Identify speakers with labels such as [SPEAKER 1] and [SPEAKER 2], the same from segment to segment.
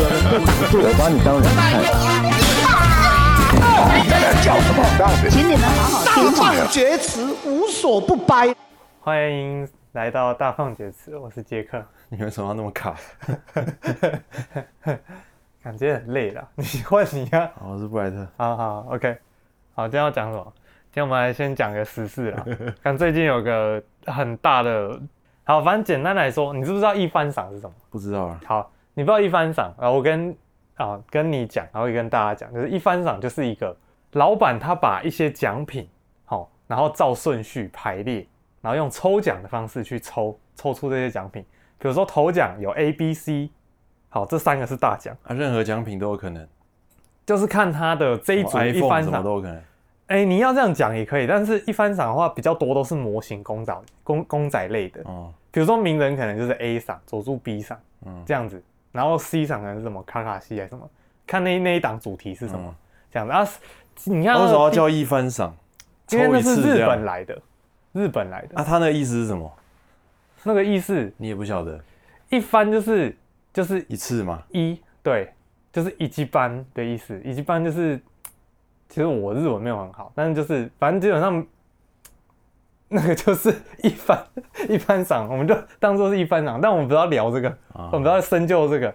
[SPEAKER 1] 我把你当人看。
[SPEAKER 2] 请你们好好听话。
[SPEAKER 3] 厥词无所不掰。
[SPEAKER 4] 欢迎来到大放厥词，我是杰克。
[SPEAKER 5] 你为什么要那么卡？
[SPEAKER 4] 感觉很累了， 你换你呀、
[SPEAKER 5] 好哦我是布莱特。啊
[SPEAKER 4] 好好，OK。好，今天要讲什么？今天我们来先讲个时事啦。 看最近有个很大的，好，反正简单来说，你知不知道一番赏是什么？
[SPEAKER 5] 不知道啊，
[SPEAKER 4] 好，你不知道一番赏，然后我跟啊跟你讲，然后也跟大家讲，就是一番赏就是一个老板他把一些奖品，好、然后照顺序排列，然后用抽奖的方式去抽，抽出这些奖品。比如说头奖有 A、B、C，好，这三个是大奖，
[SPEAKER 5] 啊，任何奖品都有可能，
[SPEAKER 4] 就是看他的这一
[SPEAKER 5] 什么
[SPEAKER 4] 组一
[SPEAKER 5] 哦 iPhone
[SPEAKER 4] 番
[SPEAKER 5] 什么
[SPEAKER 4] 赏
[SPEAKER 5] 都有可能。
[SPEAKER 4] 哎，你要这样讲也可以，但是一番赏的话比较多都是模型公仔公公仔类的，
[SPEAKER 5] 哦，
[SPEAKER 4] 比如说名人可能就是 A 赏，佐助 B 赏
[SPEAKER 5] 嗯，
[SPEAKER 4] 这样子，然后 C 赏可能是什么卡卡西还是什么，看那那一档主题是什么、
[SPEAKER 5] 嗯
[SPEAKER 4] 这样子啊。你看那
[SPEAKER 5] 那
[SPEAKER 4] 个
[SPEAKER 5] 为什么要
[SPEAKER 4] 第
[SPEAKER 5] 叫一番赏？
[SPEAKER 4] 因为
[SPEAKER 5] 抽
[SPEAKER 4] 那
[SPEAKER 5] 一
[SPEAKER 4] 是
[SPEAKER 5] 次
[SPEAKER 4] 日
[SPEAKER 5] 这样
[SPEAKER 4] 本来的，日本来的、
[SPEAKER 5] 啊？他那个意思是什么？
[SPEAKER 4] 那个意思，
[SPEAKER 5] 你也不晓得，
[SPEAKER 4] 一番就是就是
[SPEAKER 5] 一次嘛，
[SPEAKER 4] 一对，就是一级班的意思。一级班就是，其实我日文没有很好，但是就是反正基本上那个就是一番一番赏，我们就当做是一番赏，但我们不要聊这个，
[SPEAKER 5] 啊
[SPEAKER 4] 我们不要深究这个，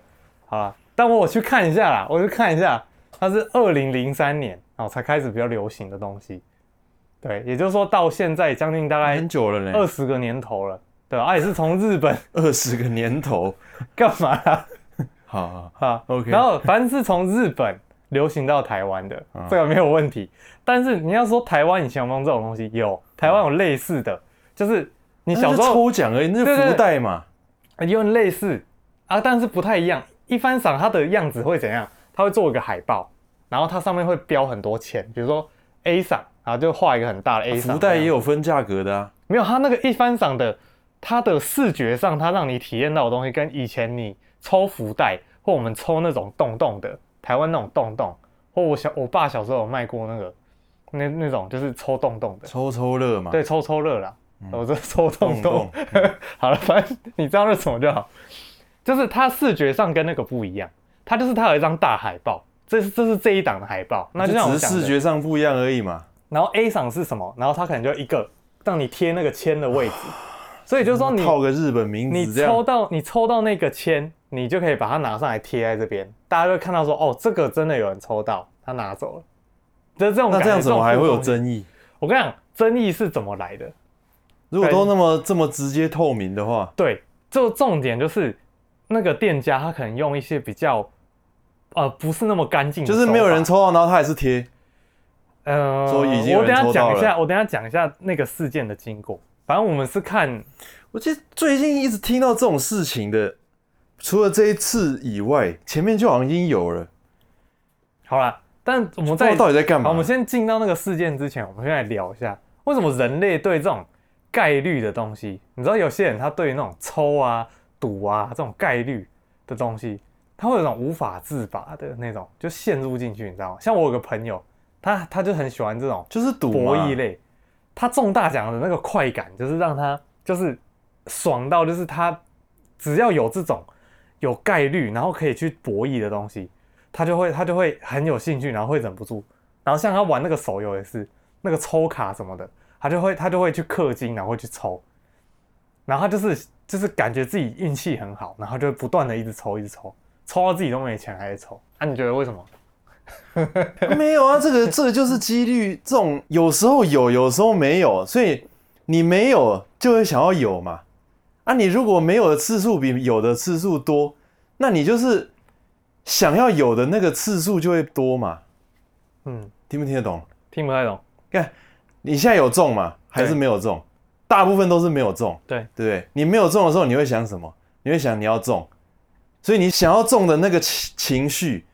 [SPEAKER 4] 好啦，但我去看一下啦，我去看一下，它是二零零三年哦才开始比较流行的东西，对，也就是说到现在将近大概
[SPEAKER 5] 很久了
[SPEAKER 4] 哎二
[SPEAKER 5] 呢，
[SPEAKER 4] 十个年头了，对，啊也是从日本
[SPEAKER 5] 二十个年头。
[SPEAKER 4] 干嘛啦？
[SPEAKER 5] 好好，
[SPEAKER 4] 啊
[SPEAKER 5] OK
[SPEAKER 4] 然后凡是从日本流行到台湾的，
[SPEAKER 5] 嗯
[SPEAKER 4] 这个没有问题。但是你要说台湾以前有没有这种东西，有，台湾有类似的，就是你
[SPEAKER 5] 你
[SPEAKER 4] 小时候
[SPEAKER 5] 嗯抽奖而已，那
[SPEAKER 4] 对对
[SPEAKER 5] 是福袋嘛，
[SPEAKER 4] 有点类似啊，但是不太一样。一番赏它的样子会怎样？它会做一个海报，然后它上面会标很多钱，比如说 A 赏，然后就画一个很大的 A 赏。
[SPEAKER 5] 啊福袋也有分价格的啊。
[SPEAKER 4] 没有，它那个一番赏的，它的视觉上，它让你体验到的东西，跟以前你抽福袋或我们抽那种洞洞的，台湾那种洞洞，或我小我爸小时候有卖过那个，那那种就是抽洞洞的，
[SPEAKER 5] 抽抽乐嘛，
[SPEAKER 4] 对，抽抽乐啦，我这抽洞洞
[SPEAKER 5] 洞。
[SPEAKER 4] 好了，反正你知道那什么就好，就是它视觉上跟那个不一样，它就是它有一张大海报，这是这是这一档的海报，那就像我
[SPEAKER 5] 只是
[SPEAKER 4] 讲的
[SPEAKER 5] 视觉上不一样而已嘛。
[SPEAKER 4] 然后 A 赏是什么？然后它可能就一个让你贴那个签的位置，所以就是说你
[SPEAKER 5] 套个日本名
[SPEAKER 4] 你
[SPEAKER 5] 字这样
[SPEAKER 4] 抽，到你抽到那个签，你就可以把它拿上来贴在这边，大家就会看到说哦，这个真的有人抽到，他拿走了，就是这种
[SPEAKER 5] 那
[SPEAKER 4] 感觉。
[SPEAKER 5] 这样怎么还会有
[SPEAKER 4] 这种互动性？
[SPEAKER 5] 争议？
[SPEAKER 4] 我跟你讲，争议是怎么来的？
[SPEAKER 5] 如果都那么这么直接透明的话，
[SPEAKER 4] 对，就重点就是那个店家他可能用一些比较呃不是那么干净的
[SPEAKER 5] 就
[SPEAKER 4] 手法，
[SPEAKER 5] 是没有人抽到，啊然后他还是贴。
[SPEAKER 4] 呃，
[SPEAKER 5] 所以已经有
[SPEAKER 4] 我等
[SPEAKER 5] 人
[SPEAKER 4] 一下
[SPEAKER 5] 抽到
[SPEAKER 4] 讲一
[SPEAKER 5] 了
[SPEAKER 4] 下，我等一下讲一下那个事件的经过。反正我们是看
[SPEAKER 5] 我记得最近一直听到这种事情的，除了这一次以外，前面就好像已经有了。
[SPEAKER 4] 好啦，但我们
[SPEAKER 5] 不知
[SPEAKER 4] 在
[SPEAKER 5] 道到底在干嘛？
[SPEAKER 4] 好，我们先进到那个事件之前，我们先来聊一下为什么人类对这种概率的东西，你知道有些人他对于那种抽啊、赌啊这种概率的东西，他会有一种无法自拔的那种，就陷入进去，你知道吗？像我有个朋友，他他就很喜欢这种
[SPEAKER 5] 就是赌嘛
[SPEAKER 4] 博弈，类，他中大奖的那个快感，就是让他就是爽到，就是他只要有这种有概率，然后可以去博弈的东西，他就会他就会很有兴趣，然后会忍不住。然后像他玩那个手游也是，那个抽卡什么的，他就会他就会去氪金，然后会去抽，然后他就是就是感觉自己运气很好，然后就会不断的一直抽一直抽，抽到自己都没钱还在抽。啊，你觉得为什么？
[SPEAKER 5] 没有啊，这个这个就是几率，这种有时候有，有时候没有，所以你没有就会想要有嘛。啊，你如果没有的次数比有的次数多，那你就是想要有的那个次数就会多嘛。
[SPEAKER 4] 嗯，
[SPEAKER 5] 听不听得懂？
[SPEAKER 4] 听不太懂。
[SPEAKER 5] 你现在有中吗？还是
[SPEAKER 4] 对
[SPEAKER 5] 没有中？大部分都是没有中。
[SPEAKER 4] 对
[SPEAKER 5] 对不对？你没有中的时候，你会想什么？你会想你要中，所以你想要中的那个情情绪，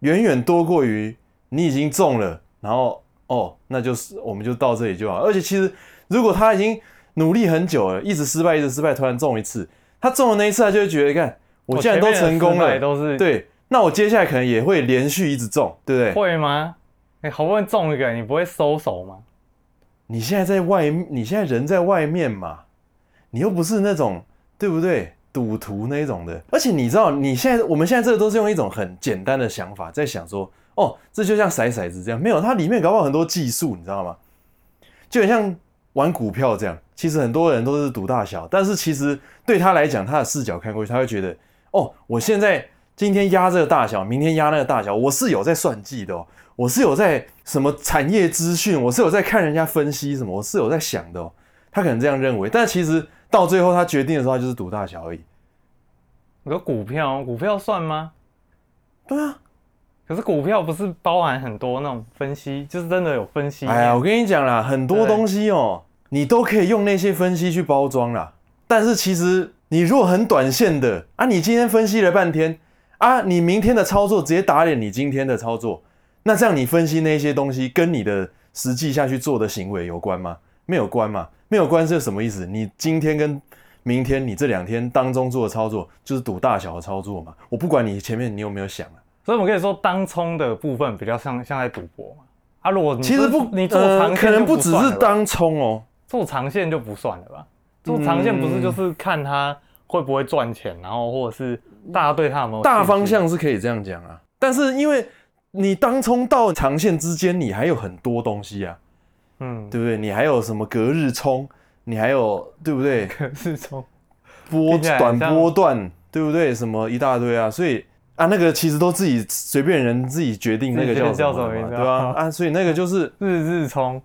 [SPEAKER 5] 远远多过于你已经中了，然后哦，那就是我们就到这里就好。而且其实，如果他已经努力很久了，一直失败，一直失败，突然中一次，他中的那一次，他就会觉得，看我既然都
[SPEAKER 4] 前面的
[SPEAKER 5] 成功
[SPEAKER 4] 失败
[SPEAKER 5] 了，
[SPEAKER 4] 都是
[SPEAKER 5] 对，那我接下来可能也会连续一直中，对不对？
[SPEAKER 4] 会吗？你好不容易中一个，你不会收手吗？
[SPEAKER 5] 你现在在外，你现在人在外面嘛，你又不是那种，对不对？赌徒那一种的。而且你知道，你现在我们现在这个都是用一种很简单的想法在想说，哦，这就像骰骰子这样，没有它里面搞不好很多技术，你知道吗？就很像玩股票这样。其实很多人都是赌大小，但是其实对他来讲，他的视角看过去，他会觉得，哦，我现在今天压这个大小，明天压那个大小，我是有在算计的哦，我是有在什么产业资讯，我是有在看人家分析什么，我是有在想的哦。他可能这样认为，但其实到最后他决定的时候，他就是赌大小而已。
[SPEAKER 4] 你说股票，股票算吗？
[SPEAKER 5] 对啊，
[SPEAKER 4] 可是股票不是包含很多那种分析，就是真的有分析。
[SPEAKER 5] 哎呀，我跟你讲啦，很多
[SPEAKER 4] 对
[SPEAKER 5] 东西哦，你都可以用那些分析去包装啦。但是其实你如果很短线的啊，你今天分析了半天啊，你明天的操作直接打脸你今天的操作，那这样你分析那些东西跟你的实际下去做的行为有关吗？没有关嘛，没有关是什么意思？你今天跟明天，你这两天当中做的操作就是赌大小的操作嘛。我不管你前面你有没有想啊，
[SPEAKER 4] 所以我们可以说，当冲的部分比较像像在赌博嘛。啊，如果你
[SPEAKER 5] 其实不，
[SPEAKER 4] 你做
[SPEAKER 5] 呃
[SPEAKER 4] 长线、
[SPEAKER 5] 可能不只是当冲哦，
[SPEAKER 4] 做长线就不算了吧？做长线不是就是看它会不会赚钱，然后或者是大家对它有没有
[SPEAKER 5] 嗯大
[SPEAKER 4] 兴趣
[SPEAKER 5] 方？向是可以这样讲啊，但是因为你当冲到长线之间，你还有很多东西啊，
[SPEAKER 4] 嗯，
[SPEAKER 5] 对不对？你还有什么隔日冲，你还有对不对？
[SPEAKER 4] 可是冲
[SPEAKER 5] 波
[SPEAKER 4] 听起来
[SPEAKER 5] 短
[SPEAKER 4] 很像
[SPEAKER 5] 波段，对不对？什么一大堆啊，所以啊，那个其实都自己随便人自己决定那个
[SPEAKER 4] 自己决
[SPEAKER 5] 叫
[SPEAKER 4] 定叫什
[SPEAKER 5] 什么
[SPEAKER 4] 么
[SPEAKER 5] 的嘛
[SPEAKER 4] 名字啊
[SPEAKER 5] 对吧？ 啊，所以那个就是
[SPEAKER 4] 日日冲，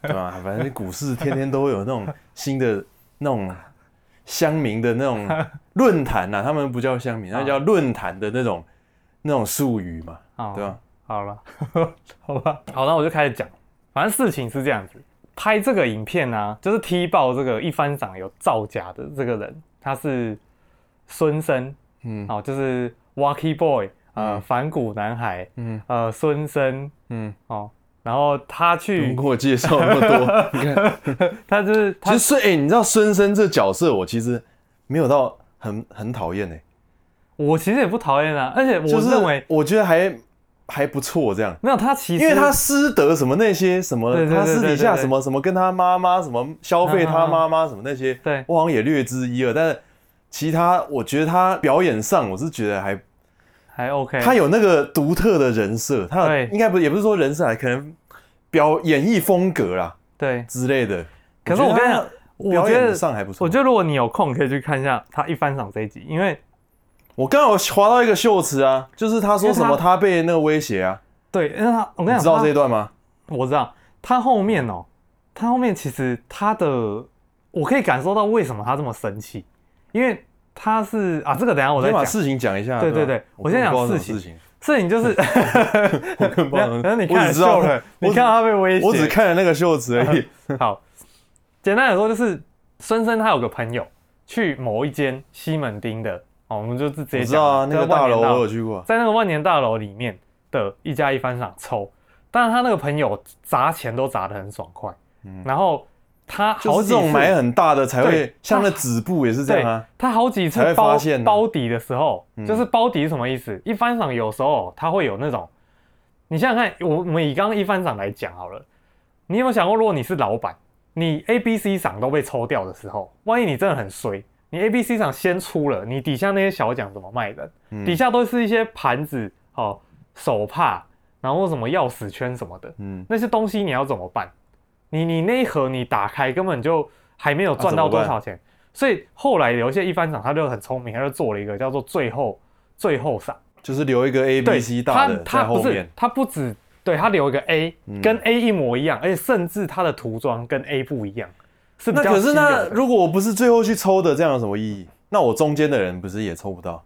[SPEAKER 5] 对吧？反正股市天天都会有那种新的那种乡民的那 种论坛呐、啊，他们不叫乡民，他们叫论坛的那种那种术语嘛，
[SPEAKER 4] 哦
[SPEAKER 5] 对啊吧？
[SPEAKER 4] 好了， 好吧，好，那我就开始讲。反正事情是这样子，拍这个影片呢、啊，就是踢爆这个一番赏有造假的这个人，他是孙生，
[SPEAKER 5] 嗯
[SPEAKER 4] 哦，就是 Wacky Boy，呃，
[SPEAKER 5] 嗯
[SPEAKER 4] 反骨男孩，
[SPEAKER 5] 嗯
[SPEAKER 4] 呃，孙生，
[SPEAKER 5] 嗯，
[SPEAKER 4] 哦，然后他
[SPEAKER 5] 你
[SPEAKER 4] 去
[SPEAKER 5] 跟，我介绍那么 多，你看，
[SPEAKER 4] 他就是他
[SPEAKER 5] 其实孙哎、你知道孙生这角色，我其实没有到很很讨厌哎，
[SPEAKER 4] 我其实也不讨厌啊，而且
[SPEAKER 5] 就
[SPEAKER 4] 我
[SPEAKER 5] 是
[SPEAKER 4] 认为
[SPEAKER 5] 我觉得还还不错这样。
[SPEAKER 4] 没有他其实，
[SPEAKER 5] 因为他师德什么那些什么，
[SPEAKER 4] 对对对
[SPEAKER 5] 他私底
[SPEAKER 4] 对对
[SPEAKER 5] 下
[SPEAKER 4] 对嗯
[SPEAKER 5] 什么什么跟他妈妈什么消费他妈妈什么那些，
[SPEAKER 4] 对
[SPEAKER 5] 我好像也略知一二。但是其他我觉得他表演上，我是觉得还
[SPEAKER 4] 还 OK，
[SPEAKER 5] 他有那个独特的人设，他有
[SPEAKER 4] 对
[SPEAKER 5] 应该不也不是说人设啊，可能表演绎风格啦
[SPEAKER 4] 对，
[SPEAKER 5] 之类的。
[SPEAKER 4] 可是我
[SPEAKER 5] 觉
[SPEAKER 4] 跟你
[SPEAKER 5] 得
[SPEAKER 4] 讲
[SPEAKER 5] 他，
[SPEAKER 4] 我
[SPEAKER 5] 表
[SPEAKER 4] 觉
[SPEAKER 5] 演
[SPEAKER 4] 得
[SPEAKER 5] 上还不错。
[SPEAKER 4] 我觉得如果你有空可以去看一下他一番赏这一集，因为
[SPEAKER 5] 我刚好滑到一个秀词啊，就是他说什
[SPEAKER 4] 因
[SPEAKER 5] 么
[SPEAKER 4] 为他
[SPEAKER 5] 他被那个威胁啊，
[SPEAKER 4] 对，因为他我跟
[SPEAKER 5] 你
[SPEAKER 4] 你讲，
[SPEAKER 5] 知道
[SPEAKER 4] 他
[SPEAKER 5] 这一段吗？
[SPEAKER 4] 我知道，他后面哦，他后面其实他的，我可以感受到为什么他这么生气，因为他是啊，这个等一下我再
[SPEAKER 5] 先把
[SPEAKER 4] 讲。
[SPEAKER 5] 事情讲一下。
[SPEAKER 4] 对
[SPEAKER 5] 对
[SPEAKER 4] 对
[SPEAKER 5] 吧
[SPEAKER 4] 对我先讲
[SPEAKER 5] 根本不知道
[SPEAKER 4] 事
[SPEAKER 5] 什么
[SPEAKER 4] 情
[SPEAKER 5] 情。
[SPEAKER 4] 摄影就是，
[SPEAKER 5] 我根本不知道什么
[SPEAKER 4] 然后你
[SPEAKER 5] 我
[SPEAKER 4] 看
[SPEAKER 5] 只知道
[SPEAKER 4] 秀了，你
[SPEAKER 5] 我只
[SPEAKER 4] 看到他被威胁，
[SPEAKER 5] 我只看了那个秀词 而已。
[SPEAKER 4] 好，简单来说就是，孙生他有个朋友去某一间西门町的，哦，我们就直
[SPEAKER 5] 我
[SPEAKER 4] 接
[SPEAKER 5] 知
[SPEAKER 4] 讲
[SPEAKER 5] 道啊，
[SPEAKER 4] 了
[SPEAKER 5] 那个
[SPEAKER 4] 在万
[SPEAKER 5] 大
[SPEAKER 4] 年
[SPEAKER 5] 楼我有去过。
[SPEAKER 4] 在那个万年大楼里面的一家一番赏抽，但是他那个朋友砸钱都砸得很爽快，然后他
[SPEAKER 5] 嗯就
[SPEAKER 4] 好
[SPEAKER 5] 是
[SPEAKER 4] 几
[SPEAKER 5] 这种
[SPEAKER 4] 次
[SPEAKER 5] 买很大的才会
[SPEAKER 4] 对，
[SPEAKER 5] 像那止步也是这样啊。
[SPEAKER 4] 他好几次
[SPEAKER 5] 才会
[SPEAKER 4] 包
[SPEAKER 5] 发现呢嗯
[SPEAKER 4] 包底的时候，就是包底是什么意思？一番赏有时候他会有那种，你想想看，我我们以刚刚一番赏来讲好了，你有没有想过，如果你是老板，你 A、B、C 赏都被抽掉的时候，万一你真的很衰，你 A、B、C 赏先出了，你底下那些小奖怎么卖人？
[SPEAKER 5] 嗯
[SPEAKER 4] 底下都是一些盘子、哦手帕，然后什么钥匙圈什么的，
[SPEAKER 5] 嗯，
[SPEAKER 4] 那些东西你要怎么办？你你那一盒你打开根本就还没有赚到多少
[SPEAKER 5] 啊
[SPEAKER 4] 钱，所以后来有一些一番赏他就很聪明，他就做了一个叫做最后最后赏，
[SPEAKER 5] 就是留一个 A、B、
[SPEAKER 4] 对
[SPEAKER 5] C，大
[SPEAKER 4] 他
[SPEAKER 5] 的在
[SPEAKER 4] 他
[SPEAKER 5] 后
[SPEAKER 4] 不是
[SPEAKER 5] 面。嗯
[SPEAKER 4] 他不止对他留一个 A，、跟 A 一模一样，而且甚至他的涂装跟 A 不一样，是比
[SPEAKER 5] 那
[SPEAKER 4] 较
[SPEAKER 5] 可是
[SPEAKER 4] 稀有
[SPEAKER 5] 那
[SPEAKER 4] 的
[SPEAKER 5] 如果我不是最后去抽的，这样有什么意义？那我中间的人不是也抽不到？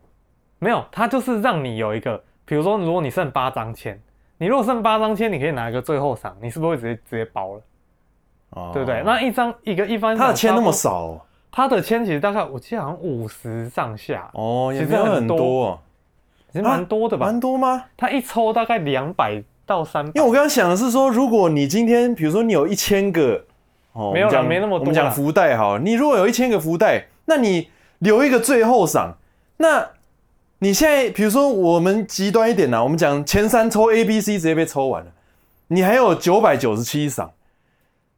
[SPEAKER 4] 没有，他就是让你有一个，比如说如果你剩八张签，你如果剩八张签，你可以拿一个最后赏，你是不是会直接直接包了，
[SPEAKER 5] 哦
[SPEAKER 4] 对不对？那一张一个一番赏
[SPEAKER 5] 他的签那
[SPEAKER 4] 差不
[SPEAKER 5] 么
[SPEAKER 4] 多
[SPEAKER 5] 少哦
[SPEAKER 4] 他的签其实大概我记得好像五十上下，
[SPEAKER 5] 哦，也
[SPEAKER 4] 其实
[SPEAKER 5] 没有很
[SPEAKER 4] 很多
[SPEAKER 5] 多哦，
[SPEAKER 4] 其实啊蛮多的吧？
[SPEAKER 5] 蛮多吗？
[SPEAKER 4] 他一抽大概两百到三
[SPEAKER 5] 因
[SPEAKER 4] 百
[SPEAKER 5] 为，我刚刚想的是说，如果你今天比如说你有一千个，哦，
[SPEAKER 4] 没有啦
[SPEAKER 5] 我们讲
[SPEAKER 4] 没那么多啦
[SPEAKER 5] 我们讲福袋好了，你如果有一千个福袋，那你留一个最后赏，那你现在比如说我们极端一点啦，我们讲前三抽 A、B、C 直接被抽完了，你还有九百九十七赏，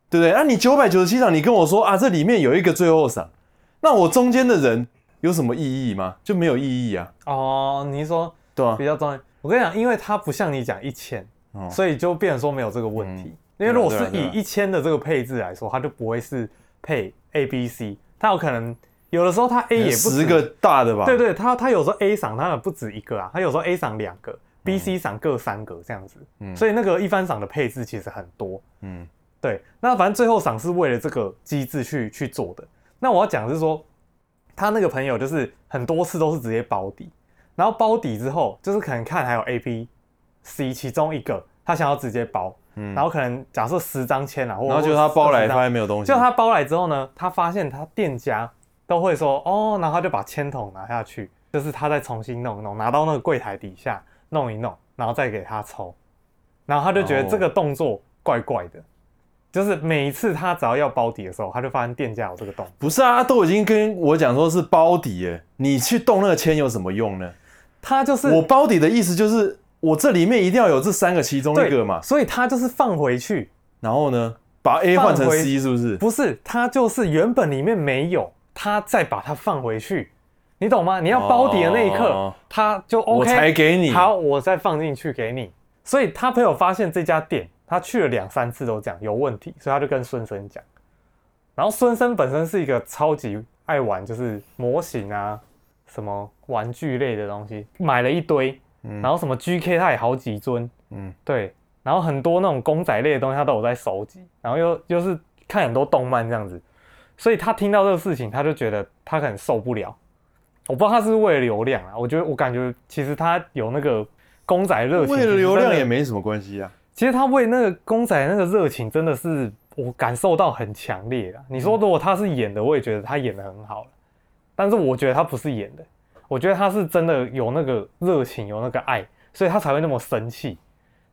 [SPEAKER 5] 对不对？那你九百九十七赏，你跟我说啊，这里面有一个最后赏，那我中间的人有什么意义吗？就没有意义啊，
[SPEAKER 4] 哦，你是说
[SPEAKER 5] 对吧、
[SPEAKER 4] 比较重要。我跟你讲，因为它不像你讲一千、
[SPEAKER 5] 哦
[SPEAKER 4] 所以就变成说没有这个问题。
[SPEAKER 5] 嗯
[SPEAKER 4] 因为如果
[SPEAKER 5] 对啊
[SPEAKER 4] 是
[SPEAKER 5] 对啊
[SPEAKER 4] 以
[SPEAKER 5] 对啊
[SPEAKER 4] 一千的这个配置来说，它就不会是配 A、B、C，它有可能有的时候它 A 也不止
[SPEAKER 5] 十个，大的吧？
[SPEAKER 4] 对对，它它有时候 A 赏它也不止一个啊，它有时候 A 赏两个，B、C 赏各三个这样子，
[SPEAKER 5] 嗯
[SPEAKER 4] 所以那个一番赏的配置其实很多。
[SPEAKER 5] 嗯，
[SPEAKER 4] 对，那反正最后赏是为了这个机制去去做的。那我要讲的是说，他那个朋友就是很多次都是直接包底，然后包底之后，就是可能看还有 A、B、C 其中一个，他想要直接包，
[SPEAKER 5] 嗯
[SPEAKER 4] 然后可能假设十张签啊了，或
[SPEAKER 5] 然后就他包来，发
[SPEAKER 4] 发
[SPEAKER 5] 现没有东西，
[SPEAKER 4] 就他包来之后呢，他发现他店家都会说哦，然后他就把签筒拿下去，就是他再重新弄一弄，拿到那个柜台底下弄一弄，然后再给他抽，然后他就觉
[SPEAKER 5] 哦
[SPEAKER 4] 得这个动作怪怪的，就是每一次他只要要包底的时候，他就发现店家有这个动作，
[SPEAKER 5] 不是啊，他都已经跟我讲说是包底耶，你去动那个签有什么用呢？
[SPEAKER 4] 他就是
[SPEAKER 5] 我包底的意思就是我这里面一定要有这三个其中一个嘛，
[SPEAKER 4] 所以他就是放回去，
[SPEAKER 5] 然后呢，把 A
[SPEAKER 4] 放
[SPEAKER 5] 换成
[SPEAKER 4] 回
[SPEAKER 5] C 是不是？
[SPEAKER 4] 不是，它就是原本里面没有，它再把它放回去，你懂吗？你要包底的那一刻
[SPEAKER 5] 哦，
[SPEAKER 4] 它、就 OK，
[SPEAKER 5] 我才给你
[SPEAKER 4] 好，我再放进去给你。所以他朋友发现这家店，他去了两三次都讲有问题，所以他就跟孙生讲。然后孙生本身是一个超级爱玩，就是模型啊，什么玩具类的东西，买了一堆，然后什么 GK 他也好几尊，
[SPEAKER 5] 嗯
[SPEAKER 4] 嗯，对，然后很多那种公仔类的东西他都有在收集，然后又又是看很多动漫这样子，所以他听到这个事情，他就觉得他很受不了。我不知道他是不是为了流量啊，我觉得我感觉其实他有那个公仔热情，
[SPEAKER 5] 为了流
[SPEAKER 4] 其
[SPEAKER 5] 量
[SPEAKER 4] 实真的
[SPEAKER 5] 也没什么关系啊。
[SPEAKER 4] 其实他为那个公仔那个热情真的是我感受到很强烈了。你说
[SPEAKER 5] 嗯
[SPEAKER 4] 如果他是演的，我也觉得他演的很好了，但是我觉得他不是演的，我觉得他是真的有那个热情，有那个爱，所以他才会那么生气。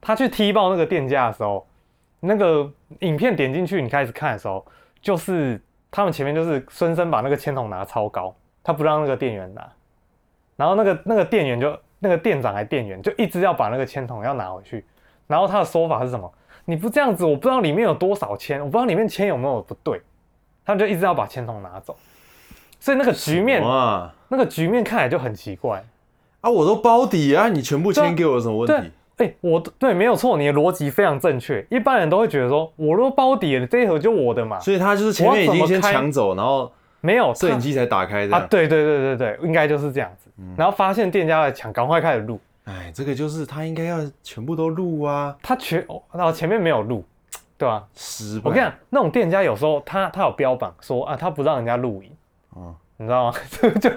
[SPEAKER 4] 他去踢爆那个店家的时候，那个影片点进去你开始看的时候，就是他们前面就是孙生把那个签筒拿超高，他不让那个店员拿，然后那个那个店员就那个店长还店员就一直要把那个签筒要拿回去，然后他的说法是什么？你不这样子，我不知道里面有多少签，我不知道里面签有没有不对，他们就一直要把签筒拿走，所以那个局面
[SPEAKER 5] 哇
[SPEAKER 4] 那个局面看起来就很奇怪。
[SPEAKER 5] 啊，我都包底啊，你全部
[SPEAKER 4] 对啊
[SPEAKER 5] 签给我有什么问
[SPEAKER 4] 对
[SPEAKER 5] 题？，
[SPEAKER 4] 哎、我对没有错，你的逻辑非常正确。一般人都会觉得说，我都包底了，这一盒就我的嘛。
[SPEAKER 5] 所以他就是前面已
[SPEAKER 4] 我
[SPEAKER 5] 经
[SPEAKER 4] 要怎么
[SPEAKER 5] 先
[SPEAKER 4] 开
[SPEAKER 5] 抢走，然后
[SPEAKER 4] 没有
[SPEAKER 5] 摄影
[SPEAKER 4] 他
[SPEAKER 5] 机嗯才打开这
[SPEAKER 4] 啊，
[SPEAKER 5] 样。
[SPEAKER 4] 对对对对对，应该就是这样子。然后发现店家来抢，赶快开始录。
[SPEAKER 5] 哎，这个就是他应该要全部都录啊，
[SPEAKER 4] 他全哦然后前面没有录，对吧、
[SPEAKER 5] 失败。
[SPEAKER 4] 我跟你讲，那种店家有时候他他有标榜说啊，他不让人家录影，
[SPEAKER 5] 哦
[SPEAKER 4] 你知道吗？ 这个就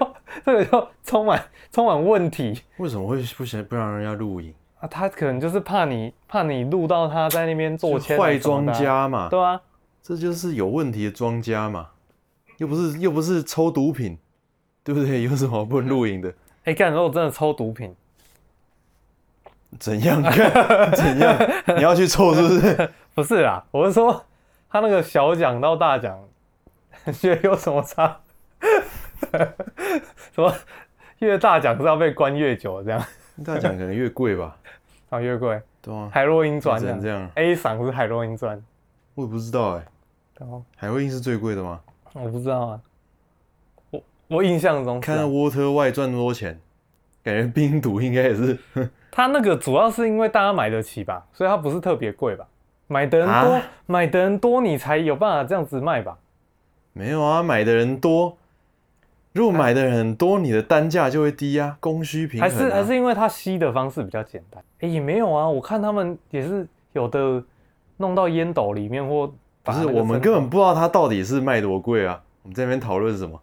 [SPEAKER 4] 这个就充满充满问题
[SPEAKER 5] 为什么会不想不让人家录影？
[SPEAKER 4] 啊，他可能就是怕你怕你录到他在那边做签啊
[SPEAKER 5] 坏
[SPEAKER 4] 什么
[SPEAKER 5] 庄
[SPEAKER 4] 的啊，
[SPEAKER 5] 家嘛，
[SPEAKER 4] 对啊，
[SPEAKER 5] 这就是有问题的庄家嘛，又不是又不是抽毒品，对不对？有什么不能录影的？
[SPEAKER 4] 哎、干，如果真的抽毒品，
[SPEAKER 5] 怎样？干 怎样？你要去抽是不是？
[SPEAKER 4] 不是啦，我是说他那个小奖到大奖， 觉得有什么差？ 什么越大奖是要被关越久这样？
[SPEAKER 5] 大奖可能越贵吧，
[SPEAKER 4] 啊，越贵，
[SPEAKER 5] 对啊，
[SPEAKER 4] 海洛因砖
[SPEAKER 5] 只能
[SPEAKER 4] 这
[SPEAKER 5] 这
[SPEAKER 4] 样
[SPEAKER 5] 样。
[SPEAKER 4] ，A 赏是海洛因砖，
[SPEAKER 5] 我也不知道哎、
[SPEAKER 4] 然后
[SPEAKER 5] 海洛因是最贵的吗？
[SPEAKER 4] 我不知道啊，我我印象中是
[SPEAKER 5] 看
[SPEAKER 4] 啊
[SPEAKER 5] 到 Water 外赚多少钱，感觉冰毒应该也是
[SPEAKER 4] 他那个主要是因为大家买得起吧，所以它不是特别贵吧？买的人多，
[SPEAKER 5] 啊
[SPEAKER 4] 买的人多，你才有办法这样子卖吧？
[SPEAKER 5] 没有啊，买的人多。如果买的人很多，你的单价就会低啊，供需平
[SPEAKER 4] 还
[SPEAKER 5] 衡、啊。
[SPEAKER 4] 是还是因为它吸的方式比较简单？哎、也没有啊，我看他们也是有的弄到烟斗里面或
[SPEAKER 5] 不
[SPEAKER 4] 把那
[SPEAKER 5] 是
[SPEAKER 4] 个
[SPEAKER 5] 我们
[SPEAKER 4] 针
[SPEAKER 5] 根本不知道它到底是卖多贵啊？我们在那边讨论什么？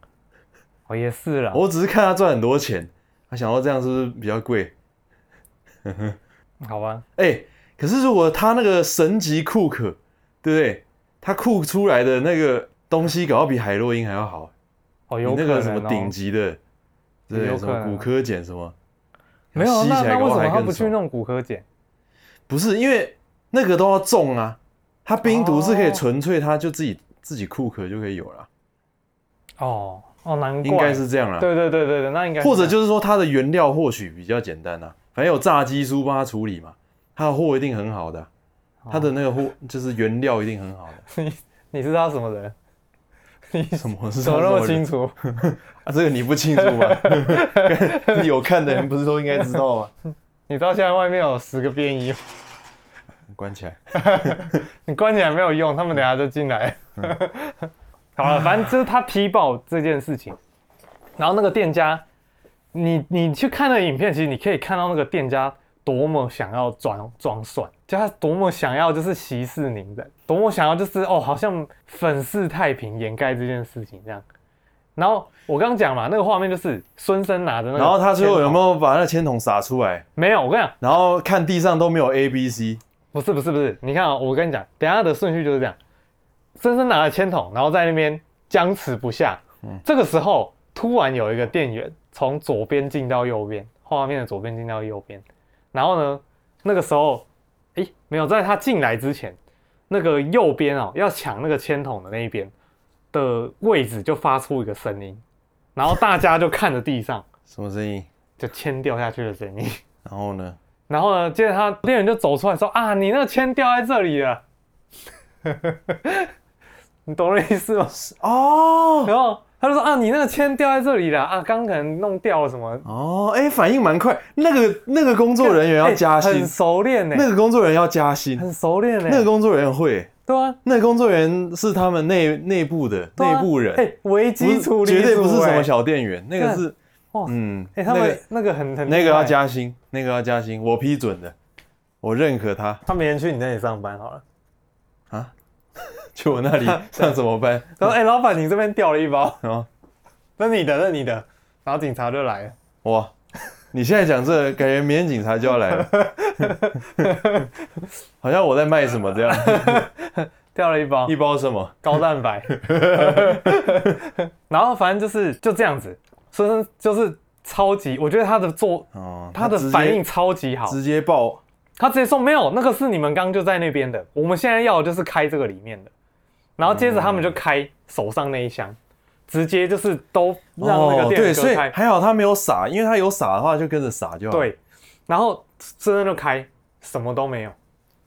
[SPEAKER 4] 哦也是啦，
[SPEAKER 5] 我只是看他赚很多钱，他想到这样是不是比较贵？
[SPEAKER 4] 好吧，
[SPEAKER 5] 哎、可是如果他那个神级库克，对不对？他酷出来的那个东西，搞到比海洛因还要好，
[SPEAKER 4] 哦
[SPEAKER 5] 比
[SPEAKER 4] 有可
[SPEAKER 5] 那
[SPEAKER 4] 能、
[SPEAKER 5] 个
[SPEAKER 4] 哦、
[SPEAKER 5] 什么顶级的，对不对
[SPEAKER 4] 有
[SPEAKER 5] 什
[SPEAKER 4] 可能哦
[SPEAKER 5] 么骨科碱什么，
[SPEAKER 4] 没有啊
[SPEAKER 5] 吸
[SPEAKER 4] 那
[SPEAKER 5] 起来
[SPEAKER 4] 那为
[SPEAKER 5] 搞
[SPEAKER 4] 什
[SPEAKER 5] 不好
[SPEAKER 4] 么
[SPEAKER 5] 还
[SPEAKER 4] 他
[SPEAKER 5] 更
[SPEAKER 4] 不去
[SPEAKER 5] 爽
[SPEAKER 4] 弄骨科碱？
[SPEAKER 5] 不是因为那个都要中啊，他冰毒是可以
[SPEAKER 4] 哦
[SPEAKER 5] 纯粹他就自己自己库克就可以有了，
[SPEAKER 4] 哦哦难怪
[SPEAKER 5] 应该是这样啦。
[SPEAKER 4] 对对对对对，那应该是
[SPEAKER 5] 或者
[SPEAKER 4] 这样
[SPEAKER 5] 就是说它的原料或许比较简单啊，反正有炸鸡叔帮他处理嘛，他的货一定很好的
[SPEAKER 4] 哦
[SPEAKER 5] 啊、他的那个货就是原料一定很好的。
[SPEAKER 4] 你是他什么人？你
[SPEAKER 5] 什么是
[SPEAKER 4] 怎么那么清
[SPEAKER 5] 清
[SPEAKER 4] 楚？
[SPEAKER 5] 啊？这个你不清楚 吗？干有看的人不是都应该知道吗？
[SPEAKER 4] 你知道现在外面有十个便衣，
[SPEAKER 5] 关起来，
[SPEAKER 4] 你关起来没有用，他们等下就进来。
[SPEAKER 5] 嗯
[SPEAKER 4] 好了，反正就是他踢爆这件事情，然后那个店家，你你去看那个影片，其实你可以看到那个店家多么想要装装蒜，就他多么想要就是息事宁人，多么想要就是哦，好像粉饰太平掩盖这件事情这样。然后我刚刚讲嘛，那个画面就是孙生拿着那个，
[SPEAKER 5] 然后他最后有没有把那个铅筒撒出来？
[SPEAKER 4] 没有？我跟你讲，
[SPEAKER 5] 然后看地上都没有 A、B、C，
[SPEAKER 4] 不是不是不是，你看啊、我跟你讲，等一下的顺序就是这样，深深拿着铅筒，然后在那边僵持不下。这个时候突然有一个店员从左边进到右边，画面的左边进到右边，然后呢，那个时候，诶，没有，在他进来之前，那个右边哦要抢那个铅筒的那一边的位置就发出一个声音，然后大家就看着地上，
[SPEAKER 5] 什么声音？
[SPEAKER 4] 就铅掉下去的声音。
[SPEAKER 5] 然后呢？
[SPEAKER 4] 然后呢，接着他店员就走出来说：“啊，你那个签掉在这里了。” 你懂我的意思吗？
[SPEAKER 5] 哦
[SPEAKER 4] 然后他就说：“啊，你那个签掉在这里了啊，刚可能弄掉了什么。
[SPEAKER 5] 哦，哎、反应蛮快。那个那个工作人员要
[SPEAKER 4] 哎
[SPEAKER 5] 加薪，
[SPEAKER 4] 很熟练呢、
[SPEAKER 5] 那个工作人员要加薪，
[SPEAKER 4] 很熟练呢、
[SPEAKER 5] 那个工作人员会，
[SPEAKER 4] 对啊，
[SPEAKER 5] 那个工作人员是他们内内部的
[SPEAKER 4] 对
[SPEAKER 5] 内、
[SPEAKER 4] 啊
[SPEAKER 5] 部人，
[SPEAKER 4] 哎、危
[SPEAKER 5] 不是
[SPEAKER 4] 机处理
[SPEAKER 5] 绝对不是
[SPEAKER 4] 组哎
[SPEAKER 5] 什么小店员，那个是
[SPEAKER 4] 哇，
[SPEAKER 5] 嗯，
[SPEAKER 4] 哎、他
[SPEAKER 5] 那
[SPEAKER 4] 们
[SPEAKER 5] 个
[SPEAKER 4] 那个很很
[SPEAKER 5] 那
[SPEAKER 4] 厉
[SPEAKER 5] 个
[SPEAKER 4] 害
[SPEAKER 5] 要，加薪，那个要加薪，我批准的，我认可他。
[SPEAKER 4] 他明天去你那里上班好了。
[SPEAKER 5] 去我那里 上什么班？
[SPEAKER 4] 他说：“哎、老板，你这边掉了一包，
[SPEAKER 5] 然后
[SPEAKER 4] 那你的，那你的。”然后警察就来了，
[SPEAKER 5] 哇，你现在讲这个，感觉明天警察就要来 了，好像我在卖什么 这样，
[SPEAKER 4] 掉了一包
[SPEAKER 5] 一包什么？
[SPEAKER 4] 高蛋 白，然后反正就是就这样子，孙生就是超级，我觉得他的做
[SPEAKER 5] 哦，
[SPEAKER 4] 他的
[SPEAKER 5] 直接
[SPEAKER 4] 反应超级好，
[SPEAKER 5] 直接爆，
[SPEAKER 4] 他直接说没有，那个是你们刚就在那边的，我们现在要的就是开这个里面的，然后接着他们就开手上那一箱，直接就是都让那
[SPEAKER 5] 哦
[SPEAKER 4] 个
[SPEAKER 5] 对，
[SPEAKER 4] 店
[SPEAKER 5] 所
[SPEAKER 4] 哥
[SPEAKER 5] 以
[SPEAKER 4] 开，
[SPEAKER 5] 还好他没有撒，因为他有撒的话就跟着撒就好。，
[SPEAKER 4] 对，然后孙生就开，什么都没有，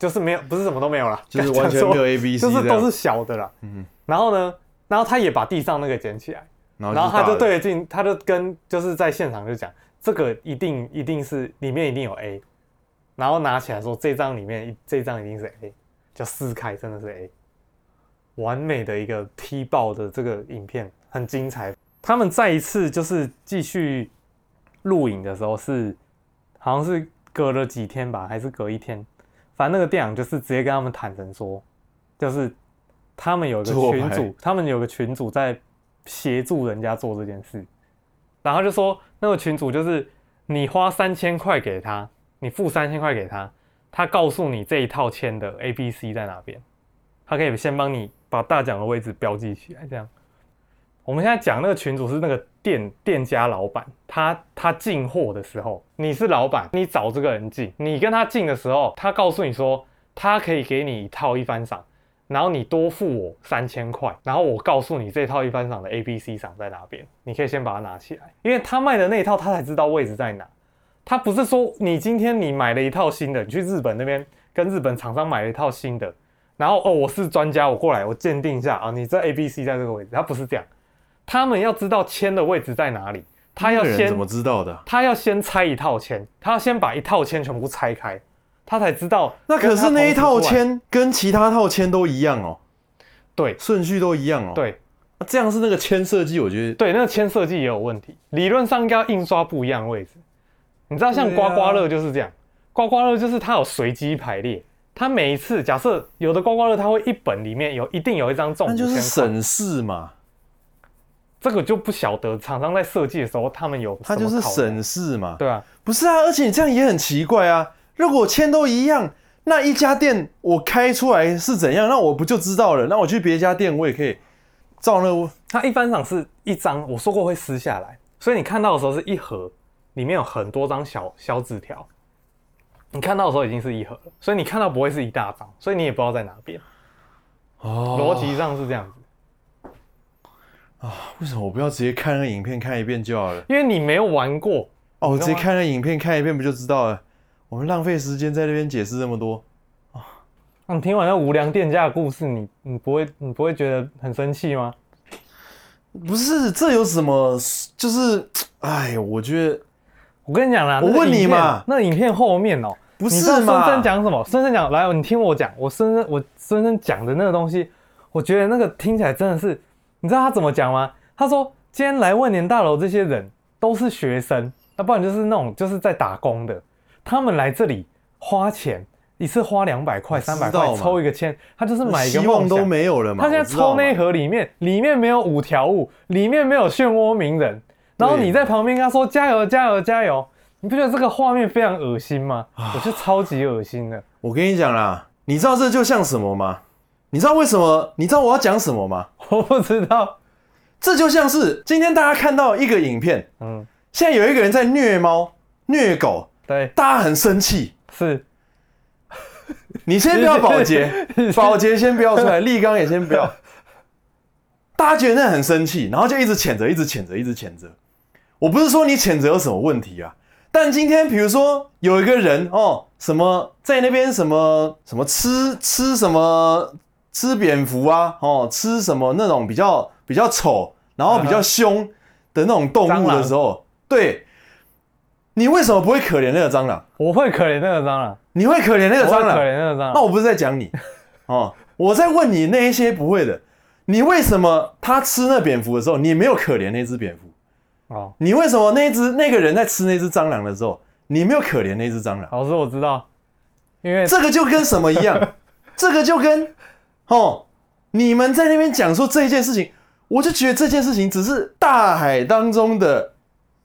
[SPEAKER 4] 就是没有，不是什么都没有啦，
[SPEAKER 5] 就是完全没有 A B C
[SPEAKER 4] 就是
[SPEAKER 5] 这
[SPEAKER 4] 都是
[SPEAKER 5] 样，
[SPEAKER 4] 小的啦，嗯，然后呢，然后他也把地上那个捡起来。
[SPEAKER 5] 然
[SPEAKER 4] 然后他
[SPEAKER 5] 大
[SPEAKER 4] 就
[SPEAKER 5] 的
[SPEAKER 4] 对着镜，他就跟就是在现场就讲，这个一定一定是里面一定有 A，然后拿起来说这张里面这张一定是 A，就撕开真的是 A，完美的一个踢爆的这个影片很精彩。他们再一次就是继续录影的时候是好像是隔了几天吧，还是隔一天，反正那个店长就是直接跟他们坦诚说，就是他们有一个
[SPEAKER 5] 做
[SPEAKER 4] 群
[SPEAKER 5] 派
[SPEAKER 4] 主，他们有个群主在协助人家做这件事，然后就说那个群主就是你花三千块给他，你付三千块给他，他告诉你这一套签的 A、B、C 在哪边，他可以先帮你把大奖的位置标记起来，这样。我们现在讲那个群主是那个店店家老板，他他进货的时候，你是老板，你找这个人进，你跟他进的时候，他告诉你说他可以给你一套一番赏，然后你多付我三千块，然后我告诉你这套一番赏的 A、B、C 赏在哪边，你可以先把它拿起来，因为他卖的那一套他才知道位置在哪，他不是说你今天你买了一套新的，你去日本那边跟日本厂商买了一套新的，然后哦我是专家，我过来我鉴定一下啊，你这 A、B、C 在这个位置，他不是这样，他们要知道签的位置在哪里，他要
[SPEAKER 5] 那个人
[SPEAKER 4] 先
[SPEAKER 5] 怎么知道的啊？
[SPEAKER 4] 他要先拆一套签，他要先把一套签全部拆开，他才知道
[SPEAKER 5] 那
[SPEAKER 4] 跟
[SPEAKER 5] 可
[SPEAKER 4] 他
[SPEAKER 5] 是
[SPEAKER 4] 同
[SPEAKER 5] 那一
[SPEAKER 4] 时
[SPEAKER 5] 套
[SPEAKER 4] 出来，
[SPEAKER 5] 签跟其他套签都一样哦，
[SPEAKER 4] 对
[SPEAKER 5] 顺序都一样哦。
[SPEAKER 4] 对
[SPEAKER 5] 啊，这样是那个签设计，我觉得
[SPEAKER 4] 对，那个签设计也有问题，理论上应该要印刷不一样的位置。你知道
[SPEAKER 5] 啊
[SPEAKER 4] 像刮刮乐就是这样，刮刮乐就是它有随机排列，它每一次假设有的刮刮乐它会一本里面有一定有一张中
[SPEAKER 5] 那
[SPEAKER 4] 五
[SPEAKER 5] 就是
[SPEAKER 4] 千块，
[SPEAKER 5] 省事嘛，
[SPEAKER 4] 这个就不晓得厂商在设计的时候他们有
[SPEAKER 5] 它
[SPEAKER 4] 什么
[SPEAKER 5] 就是
[SPEAKER 4] 考量
[SPEAKER 5] 省事嘛。
[SPEAKER 4] 对啊，
[SPEAKER 5] 不是啊，而且你这样也很奇怪啊。如果签都一样，那一家店我开出来是怎样，那我不就知道了？那我去别家店我也可以照那个
[SPEAKER 4] 它一般赏是一张，我说过会撕下来，所以你看到的时候是一盒，里面有很多张小小纸条。你看到的时候已经是一盒了，所以你看到不会是一大张，所以你也不知道在哪边。
[SPEAKER 5] 哦
[SPEAKER 4] 逻辑上是这样子，
[SPEAKER 5] 为什么我不要直接看那个影片看一遍就好了？
[SPEAKER 4] 因为你没有玩过，
[SPEAKER 5] 哦，我直接
[SPEAKER 4] 你知道吗
[SPEAKER 5] 看那个影片看一遍不就知道了？我们浪费时间在那边解释那么多。
[SPEAKER 4] 哦那你听完那无良店家的故事，你你不会你不会觉得很生气吗？
[SPEAKER 5] 不是，这有什么？就是，哎，我觉得
[SPEAKER 4] 我跟你讲啦，
[SPEAKER 5] 我
[SPEAKER 4] 那个
[SPEAKER 5] 问你
[SPEAKER 4] 影片
[SPEAKER 5] 嘛
[SPEAKER 4] 那影片后面哦，
[SPEAKER 5] 不是
[SPEAKER 4] 你知道
[SPEAKER 5] 嘛
[SPEAKER 4] 深深讲什么？深深讲，来，你听我讲，我深深我深深讲的那个东西，我觉得那个听起来真的是，你知道他怎么讲吗？他说，今天来万年大楼这些人都是学生，要不然就是那种就是在打工的，他们来这里花钱一次花两百块、三百
[SPEAKER 5] 知道
[SPEAKER 4] 块
[SPEAKER 5] 嘛
[SPEAKER 4] 抽一个签，他就是买一个
[SPEAKER 5] 希
[SPEAKER 4] 梦想
[SPEAKER 5] 望都。没有了嘛。
[SPEAKER 4] 他现在
[SPEAKER 5] 我知道
[SPEAKER 4] 抽
[SPEAKER 5] 嘛
[SPEAKER 4] 那一盒里面，里面没有五条悟，里面没有漩涡鸣人，然后你在旁边跟他说加油加油加油，你不觉得这个画面非常恶心吗？
[SPEAKER 5] 啊
[SPEAKER 4] 我觉得超级恶心的。
[SPEAKER 5] 我跟你讲啦，你知道这就像什么吗？你知道为什么？你知道我要讲什么吗？
[SPEAKER 4] 我不知道，
[SPEAKER 5] 这就像是今天大家看到一个影片，
[SPEAKER 4] 嗯，
[SPEAKER 5] 现在有一个人在虐猫、虐狗，
[SPEAKER 4] 对，
[SPEAKER 5] 大家很生气。
[SPEAKER 4] 是
[SPEAKER 5] 你先不要 保洁
[SPEAKER 4] 你是，
[SPEAKER 5] 保洁先不要出来，立刚也先不要。大家觉得那很生气，然后就一直谴责，一直谴责，一直谴责。我不是说你谴责有什么问题啊，但今天比如说有一个人哦，什么在那边什么什么吃吃什么吃蝙蝠啊，哦吃什么那种比较比较丑，然后比较凶的那种动
[SPEAKER 4] 蟑
[SPEAKER 5] 物
[SPEAKER 4] 螂
[SPEAKER 5] 的时候，对，你为什么不会可怜那个蟑螂？
[SPEAKER 4] 我会可怜那个蟑螂，
[SPEAKER 5] 你会可怜那个
[SPEAKER 4] 我
[SPEAKER 5] 蟑
[SPEAKER 4] 会可
[SPEAKER 5] 螂？
[SPEAKER 4] 怜那个啊蟑
[SPEAKER 5] 啊那
[SPEAKER 4] 螂。
[SPEAKER 5] 我不是在讲你哦，我在问你那一些不会的，你为什么他吃那蝙蝠的时候，你没有可怜那只蝙蝠？
[SPEAKER 4] 哦，
[SPEAKER 5] 你为什么那只那个人在吃那只蟑螂的时候，你没有可怜那只蟑螂？
[SPEAKER 4] 老师我知道，因为
[SPEAKER 5] 这个就跟什么一样？这个就跟哦，你们在那边讲说这一件事情，我就觉得这件事情只是大海当中的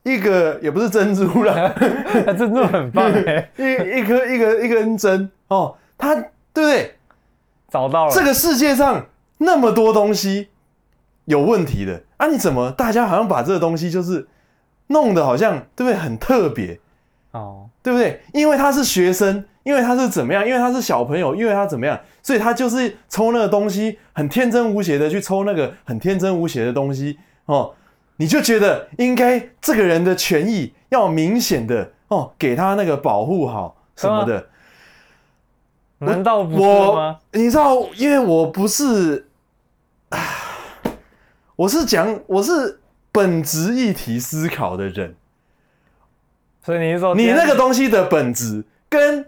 [SPEAKER 5] 一个，也不是珍珠啦，
[SPEAKER 4] 珍珠很棒哎，
[SPEAKER 5] 一一颗一个一根针哦，它对不对？
[SPEAKER 4] 找到了
[SPEAKER 5] 这个世界上那么多东西有问题的啊，你怎么大家好像把这个东西就是弄得好像对不对很特别，
[SPEAKER 4] 哦，
[SPEAKER 5] 对不对？因为他是学生，因为他是怎么样，因为他是小朋友，因为他怎么样，所以他就是抽那个东西很天真无邪的去抽那个很天真无邪的东西哦，你就觉得应该这个人的权益要明显的哦，给他那个保护好什么的。
[SPEAKER 4] 难道不是
[SPEAKER 5] 我
[SPEAKER 4] 吗？
[SPEAKER 5] 你知道，因为我不是，唉我是讲我是本质议题思考的人，
[SPEAKER 4] 所以你是说
[SPEAKER 5] 你
[SPEAKER 4] 今天
[SPEAKER 5] 那个东西的本质跟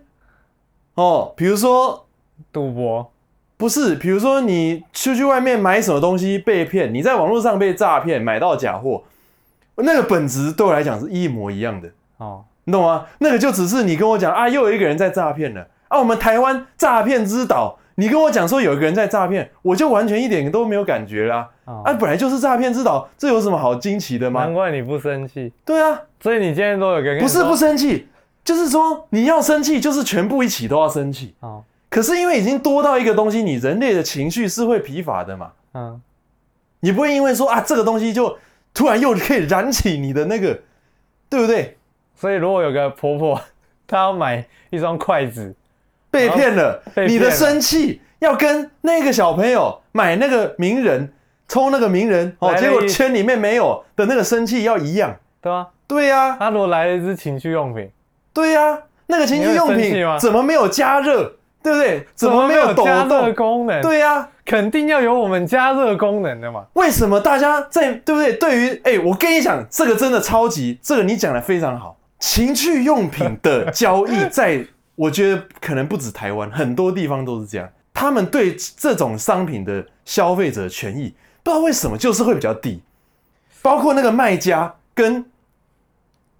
[SPEAKER 5] 哦，比如说
[SPEAKER 4] 赌博
[SPEAKER 5] 不是，比如说你出去外面买什么东西被骗，你在网络上被诈骗买到假货，那个本质对我来讲是一模一样的。
[SPEAKER 4] 哦，
[SPEAKER 5] 你懂吗？那个就只是你跟我讲啊，又有一个人在诈骗了啊，我们台湾诈骗之岛，你跟我讲说有一个人在诈骗，我就完全一点都没有感觉啦、
[SPEAKER 4] 哦
[SPEAKER 5] 啊。本来就是诈骗之岛，这有什么好惊奇的
[SPEAKER 4] 难
[SPEAKER 5] 吗？
[SPEAKER 4] 怪你不生气，
[SPEAKER 5] 对啊，
[SPEAKER 4] 所以你今天都有个
[SPEAKER 5] 不是不
[SPEAKER 4] 是
[SPEAKER 5] 生气，就是说你要生气，就是全部一起都要生气。
[SPEAKER 4] 哦，
[SPEAKER 5] 可是因为已经多到一个东西，你人类的情绪是会疲乏的嘛，
[SPEAKER 4] 嗯，
[SPEAKER 5] 你不会因为说啊这个东西就突然又可以燃起你的那个，对不对？
[SPEAKER 4] 所以如果有个婆婆， 她要买一双筷子，
[SPEAKER 5] 被骗了，
[SPEAKER 4] 哦被骗了
[SPEAKER 5] 你的生气要跟那个小朋友买那个名人抽那个名人哦，
[SPEAKER 4] 来了
[SPEAKER 5] 结果
[SPEAKER 4] 一
[SPEAKER 5] 圈里面没有的那个生气要一样。
[SPEAKER 4] 对吗？
[SPEAKER 5] 对呀、
[SPEAKER 4] 她如果来了一支情趣用品，
[SPEAKER 5] 对呀、那个情趣用
[SPEAKER 4] 你会生气
[SPEAKER 5] 品
[SPEAKER 4] 吗
[SPEAKER 5] 怎么没有加热？对不对？怎么没有抖
[SPEAKER 4] 加热
[SPEAKER 5] 动？
[SPEAKER 4] 功能？，
[SPEAKER 5] 对呀、
[SPEAKER 4] 肯定要有我们加热功能的嘛。
[SPEAKER 5] 为什么大家在对不对？对于哎，我跟你讲，这个真的超级，这个你讲的非常好。情趣用品的交易在，我觉得可能不止台湾，很多地方都是这样。他们对这种商品的消费者权益，不知道为什么就是会比较低，包括那个卖家跟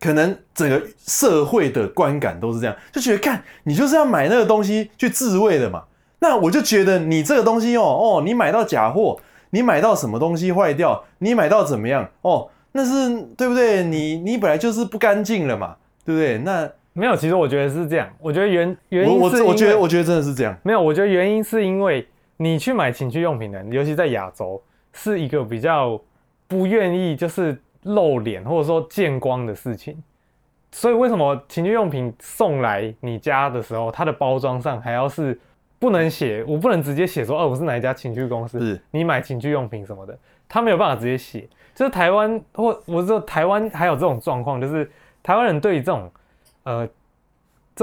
[SPEAKER 5] 可能整个社会的观感都是这样，就觉得看你就是要买那个东西去自慰的嘛。那我就觉得你这个东西哦哦，你买到假货，你买到什么东西坏掉，你买到怎么样哦，那是对不对？你你本来就是不干净了嘛，对不对？那
[SPEAKER 4] 没有，其实我觉得是这样，我觉得原原
[SPEAKER 5] 我
[SPEAKER 4] 因是因为
[SPEAKER 5] 我我觉得我觉得真的是这样，
[SPEAKER 4] 没有，我觉得原因是因为你去买情趣用品的人，尤其在亚洲，是一个比较不愿意就是露脸或者说见光的事情。所以为什么情趣用品送来你家的时候，它的包装上还要是不能写，我不能直接写说，哦，我是哪一家情趣公司
[SPEAKER 5] 是，
[SPEAKER 4] 你买情趣用品什么的，他没有办法直接写。就是台湾或我知道台湾还有这种状况，就是台湾人对于这种呃这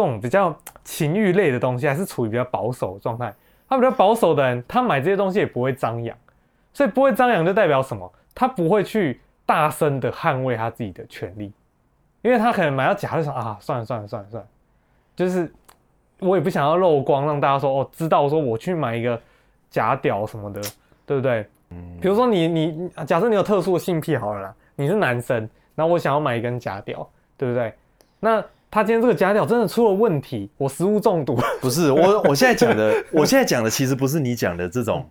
[SPEAKER 4] 种比较情欲类的东西，还是处于比较保守的状态。他比较保守的人，他买这些东西也不会张扬，所以不会张扬就代表什么？他不会去大声的捍卫他自己的权利，因为他可能买到假就想啊，算了算了算了算了，就是我也不想要漏光，让大家说哦知道说我去买一个假屌什么的，对不对？比如说你你你假设你有特殊的性癖好了啦，你是男生，然后我想要买一根假屌，对不对？那他今天这个假屌真的出了问题，我食物中毒，
[SPEAKER 5] 不是我，我现在讲的， 我现在讲的其实不是你讲的这种，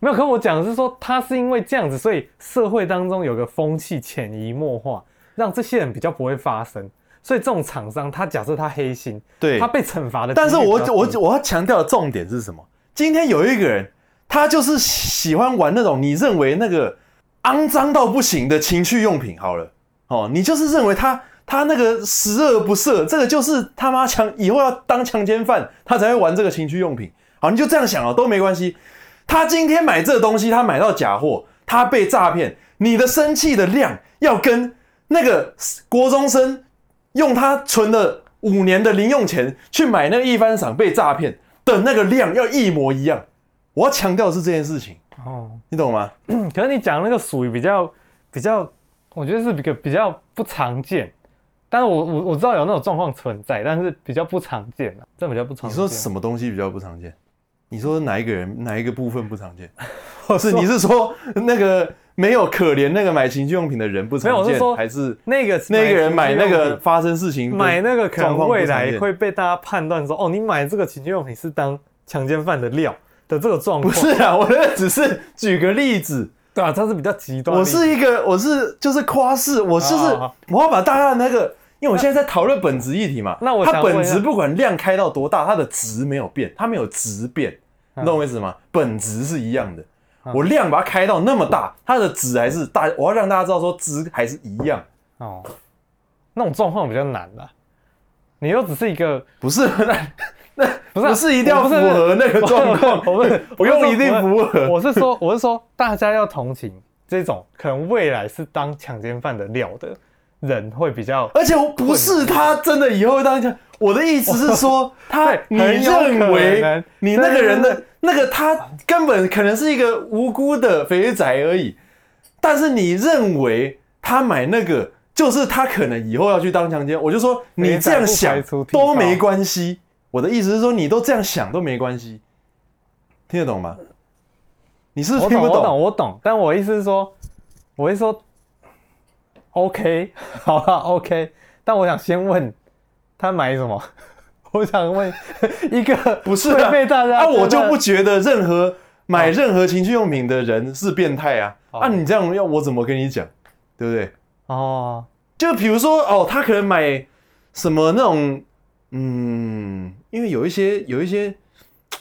[SPEAKER 4] 没有，可我讲的是说，他是因为这样子，所以社会当中有个风气潜移默化，让这些人比较不会发生。所以这种厂商，他假设他黑心，
[SPEAKER 5] 对
[SPEAKER 4] 他被惩罚的几率
[SPEAKER 5] 但
[SPEAKER 4] 比
[SPEAKER 5] 是
[SPEAKER 4] 较低。
[SPEAKER 5] 我我我要强调的重点是什么？今天有一个人，他就是喜欢玩那种你认为那个肮脏到不行的情趣用品。好了，哦，你就是认为他他那个十恶不赦，这个就是他妈强以后要当强奸犯，他才会玩这个情趣用品。好，你就这样想哦，都没关系。他今天买这东西，他买到假货，他被诈骗，你的生气的量要跟那个国中生用他存的五年的零用钱去买那个一番赏被诈骗的那个量要一模一样。我要强调的是这件事情，
[SPEAKER 4] 哦，
[SPEAKER 5] 你懂吗？
[SPEAKER 4] 可是你讲那个属于比较比较，我觉得是比较比较不常见。但是我我我知道有那种状况存在，但是比较不常见啊，这比较不常
[SPEAKER 5] 你
[SPEAKER 4] 见。
[SPEAKER 5] 说什么东西比较不常见？你说哪一个人哪一个部分 不常见？是你是说那个没有可怜那个买情趣用品的人不
[SPEAKER 4] 没有
[SPEAKER 5] 常
[SPEAKER 4] 我是
[SPEAKER 5] 见，
[SPEAKER 4] 说
[SPEAKER 5] 还是
[SPEAKER 4] 那个
[SPEAKER 5] 那个人买那
[SPEAKER 4] 情趣用
[SPEAKER 5] 个
[SPEAKER 4] 品
[SPEAKER 5] 发生事情的
[SPEAKER 4] 买那个可
[SPEAKER 5] 状
[SPEAKER 4] 能
[SPEAKER 5] 况不
[SPEAKER 4] 未
[SPEAKER 5] 常
[SPEAKER 4] 来
[SPEAKER 5] 见
[SPEAKER 4] 会被大家判断说，哦，你买这个情趣用品是当强奸犯的料的这个状
[SPEAKER 5] 不
[SPEAKER 4] 况，
[SPEAKER 5] 是啊？我那个只是举个例子，
[SPEAKER 4] 对啊，它是比较极端的
[SPEAKER 5] 我
[SPEAKER 4] 例子。
[SPEAKER 5] 是一个，我是就是夸饰，我就是
[SPEAKER 4] 啊好好好
[SPEAKER 5] 我要把大家的那个，因为我现在在讨论本质议题嘛。
[SPEAKER 4] 那我想
[SPEAKER 5] 它
[SPEAKER 4] 问一
[SPEAKER 5] 本
[SPEAKER 4] 下
[SPEAKER 5] 质不管量开到多大，它的值没有变，它没有值变，
[SPEAKER 4] 嗯
[SPEAKER 5] 你懂我意思吗？本质是一样的，我量把它开到那么大，它的值还是大，我要让大家知道说值还是一样，
[SPEAKER 4] 哦，那种状况比较难啦。你又只是一个
[SPEAKER 5] 不是 那那
[SPEAKER 4] 不是啊
[SPEAKER 5] 是一定要
[SPEAKER 4] 我
[SPEAKER 5] 符
[SPEAKER 4] 不是
[SPEAKER 5] 合那个状况，
[SPEAKER 4] 我们
[SPEAKER 5] 不用一定符合，
[SPEAKER 4] 我是说，我是说，大家要同情这种可能未来是当强奸犯的料的人会比较。
[SPEAKER 5] 而且我不是他真的以后会当家。我的意思是说，他
[SPEAKER 4] 对
[SPEAKER 5] 你
[SPEAKER 4] 很有可
[SPEAKER 5] 认为
[SPEAKER 4] 能
[SPEAKER 5] 你那个人
[SPEAKER 4] 对对
[SPEAKER 5] 的那个他根本可能是一个无辜的肥仔而已，但是你认为他买那个就是他可能以后要去当强奸，我就说你这样想
[SPEAKER 4] 肥仔不排除
[SPEAKER 5] 都没
[SPEAKER 4] 提高
[SPEAKER 5] 关系。我的意思是说，你都这样想都没关系，听得懂吗？你是不是
[SPEAKER 4] 我
[SPEAKER 5] 听
[SPEAKER 4] 懂，
[SPEAKER 5] 不
[SPEAKER 4] 我懂，我懂。但我意思是说，我会说，OK，好 了，OK。但我想先问他买什么？ 我想问 一个
[SPEAKER 5] 不是
[SPEAKER 4] 会被大家
[SPEAKER 5] 啊，我就
[SPEAKER 4] 觉得
[SPEAKER 5] 不觉得任何买任何情趣用品的人是变态啊。啊，你这样要我怎么跟你讲，对不对？
[SPEAKER 4] 哦，
[SPEAKER 5] 就比如说哦，他可能买什么那种，嗯，因为有一些有一些，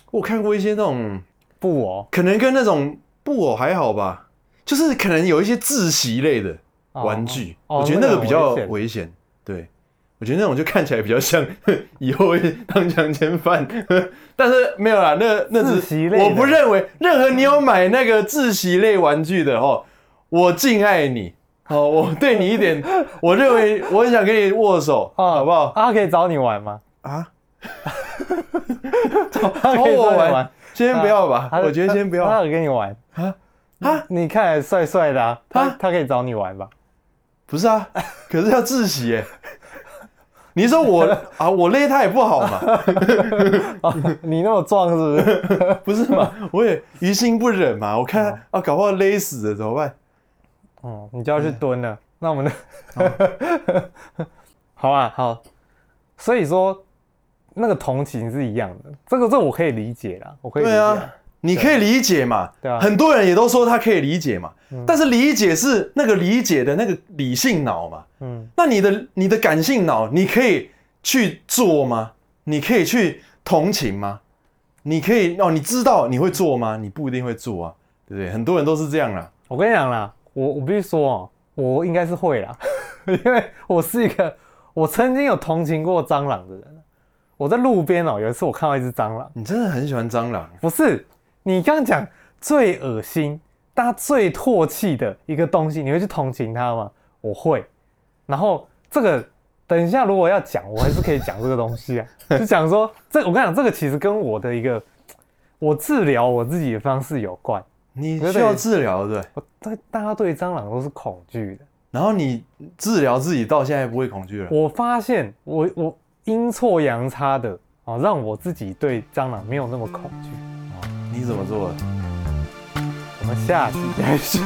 [SPEAKER 5] 我看过一些那种，
[SPEAKER 4] 不哦，
[SPEAKER 5] 可能跟那种布偶还好吧，就是可能有一些自习类的
[SPEAKER 4] 哦
[SPEAKER 5] 玩具，
[SPEAKER 4] 哦
[SPEAKER 5] 我觉得那个比较
[SPEAKER 4] 那个很
[SPEAKER 5] 危险，对。我觉得那种就看起来比较像 以后会当强奸犯， 但是没有啦，那那
[SPEAKER 4] 自
[SPEAKER 5] 只
[SPEAKER 4] 习类的
[SPEAKER 5] 我不认为任何你有买那个自习类玩具的哦，我敬爱你哦，我对你一点， 我认为我很想跟你握手，
[SPEAKER 4] 哦
[SPEAKER 5] 好不好？
[SPEAKER 4] 啊，可以找你玩吗？
[SPEAKER 5] 啊，
[SPEAKER 4] 他
[SPEAKER 5] 找
[SPEAKER 4] 可以
[SPEAKER 5] 哦我
[SPEAKER 4] 找你
[SPEAKER 5] 玩，，先不要吧，
[SPEAKER 4] 他
[SPEAKER 5] 我觉得先不
[SPEAKER 4] 他
[SPEAKER 5] 要
[SPEAKER 4] 有跟你玩
[SPEAKER 5] 啊啊
[SPEAKER 4] 啊？你看起来帅帅的啊，他
[SPEAKER 5] 啊
[SPEAKER 4] 他可以找你玩吧？
[SPEAKER 5] 不是啊，可是要自习耶。 你说我啊，我勒他也不好嘛，
[SPEAKER 4] 哦，你那么壮是不是？
[SPEAKER 5] 不是嘛？我也于心不忍嘛。我看啊，搞不好勒死了怎么办？
[SPEAKER 4] 嗯，你就要去蹲了。那我们
[SPEAKER 5] 哦
[SPEAKER 4] 的， 好啊，好。所以说，那个同情是一样的，这个这我可以理解啦，我可以理
[SPEAKER 5] 对
[SPEAKER 4] 解
[SPEAKER 5] 啊
[SPEAKER 4] 啊。，
[SPEAKER 5] 你可以理解嘛
[SPEAKER 4] 对啊，
[SPEAKER 5] 很多人也都说他可以理解嘛，但是理解是那个理解的那个理性脑嘛，
[SPEAKER 4] 嗯，
[SPEAKER 5] 那你的你的感性脑，你可以去做吗？你可以去同情吗？你可以哦，你知道你会做吗？你不一定会做啊，对不对？很多人都是这样啊啦。
[SPEAKER 4] 我跟你讲啦，我我必须说哦，我应该是会啦， 因为我是一个我曾经有同情过蟑螂的人。我在路边哦，有一次我看到一只蟑螂。
[SPEAKER 5] 你真的很喜欢蟑螂，
[SPEAKER 4] 不是，你刚刚讲最恶心、大家最唾弃的一个东西，你会去同情它吗？我会。然后这个等一下如果要讲，我还是可以讲这个东西啊， 就讲说这我跟你讲，这个其实跟我的一个我治疗我自己的方式有关。
[SPEAKER 5] 你需要治疗对不对，
[SPEAKER 4] 我大大家对蟑螂都是恐惧的。
[SPEAKER 5] 然后你治疗自己到现在不会恐惧了，
[SPEAKER 4] 我发现我我阴错阳差的哦，让我自己对蟑螂没有那么恐惧。
[SPEAKER 5] 你怎么做的？
[SPEAKER 4] 我们下集再续。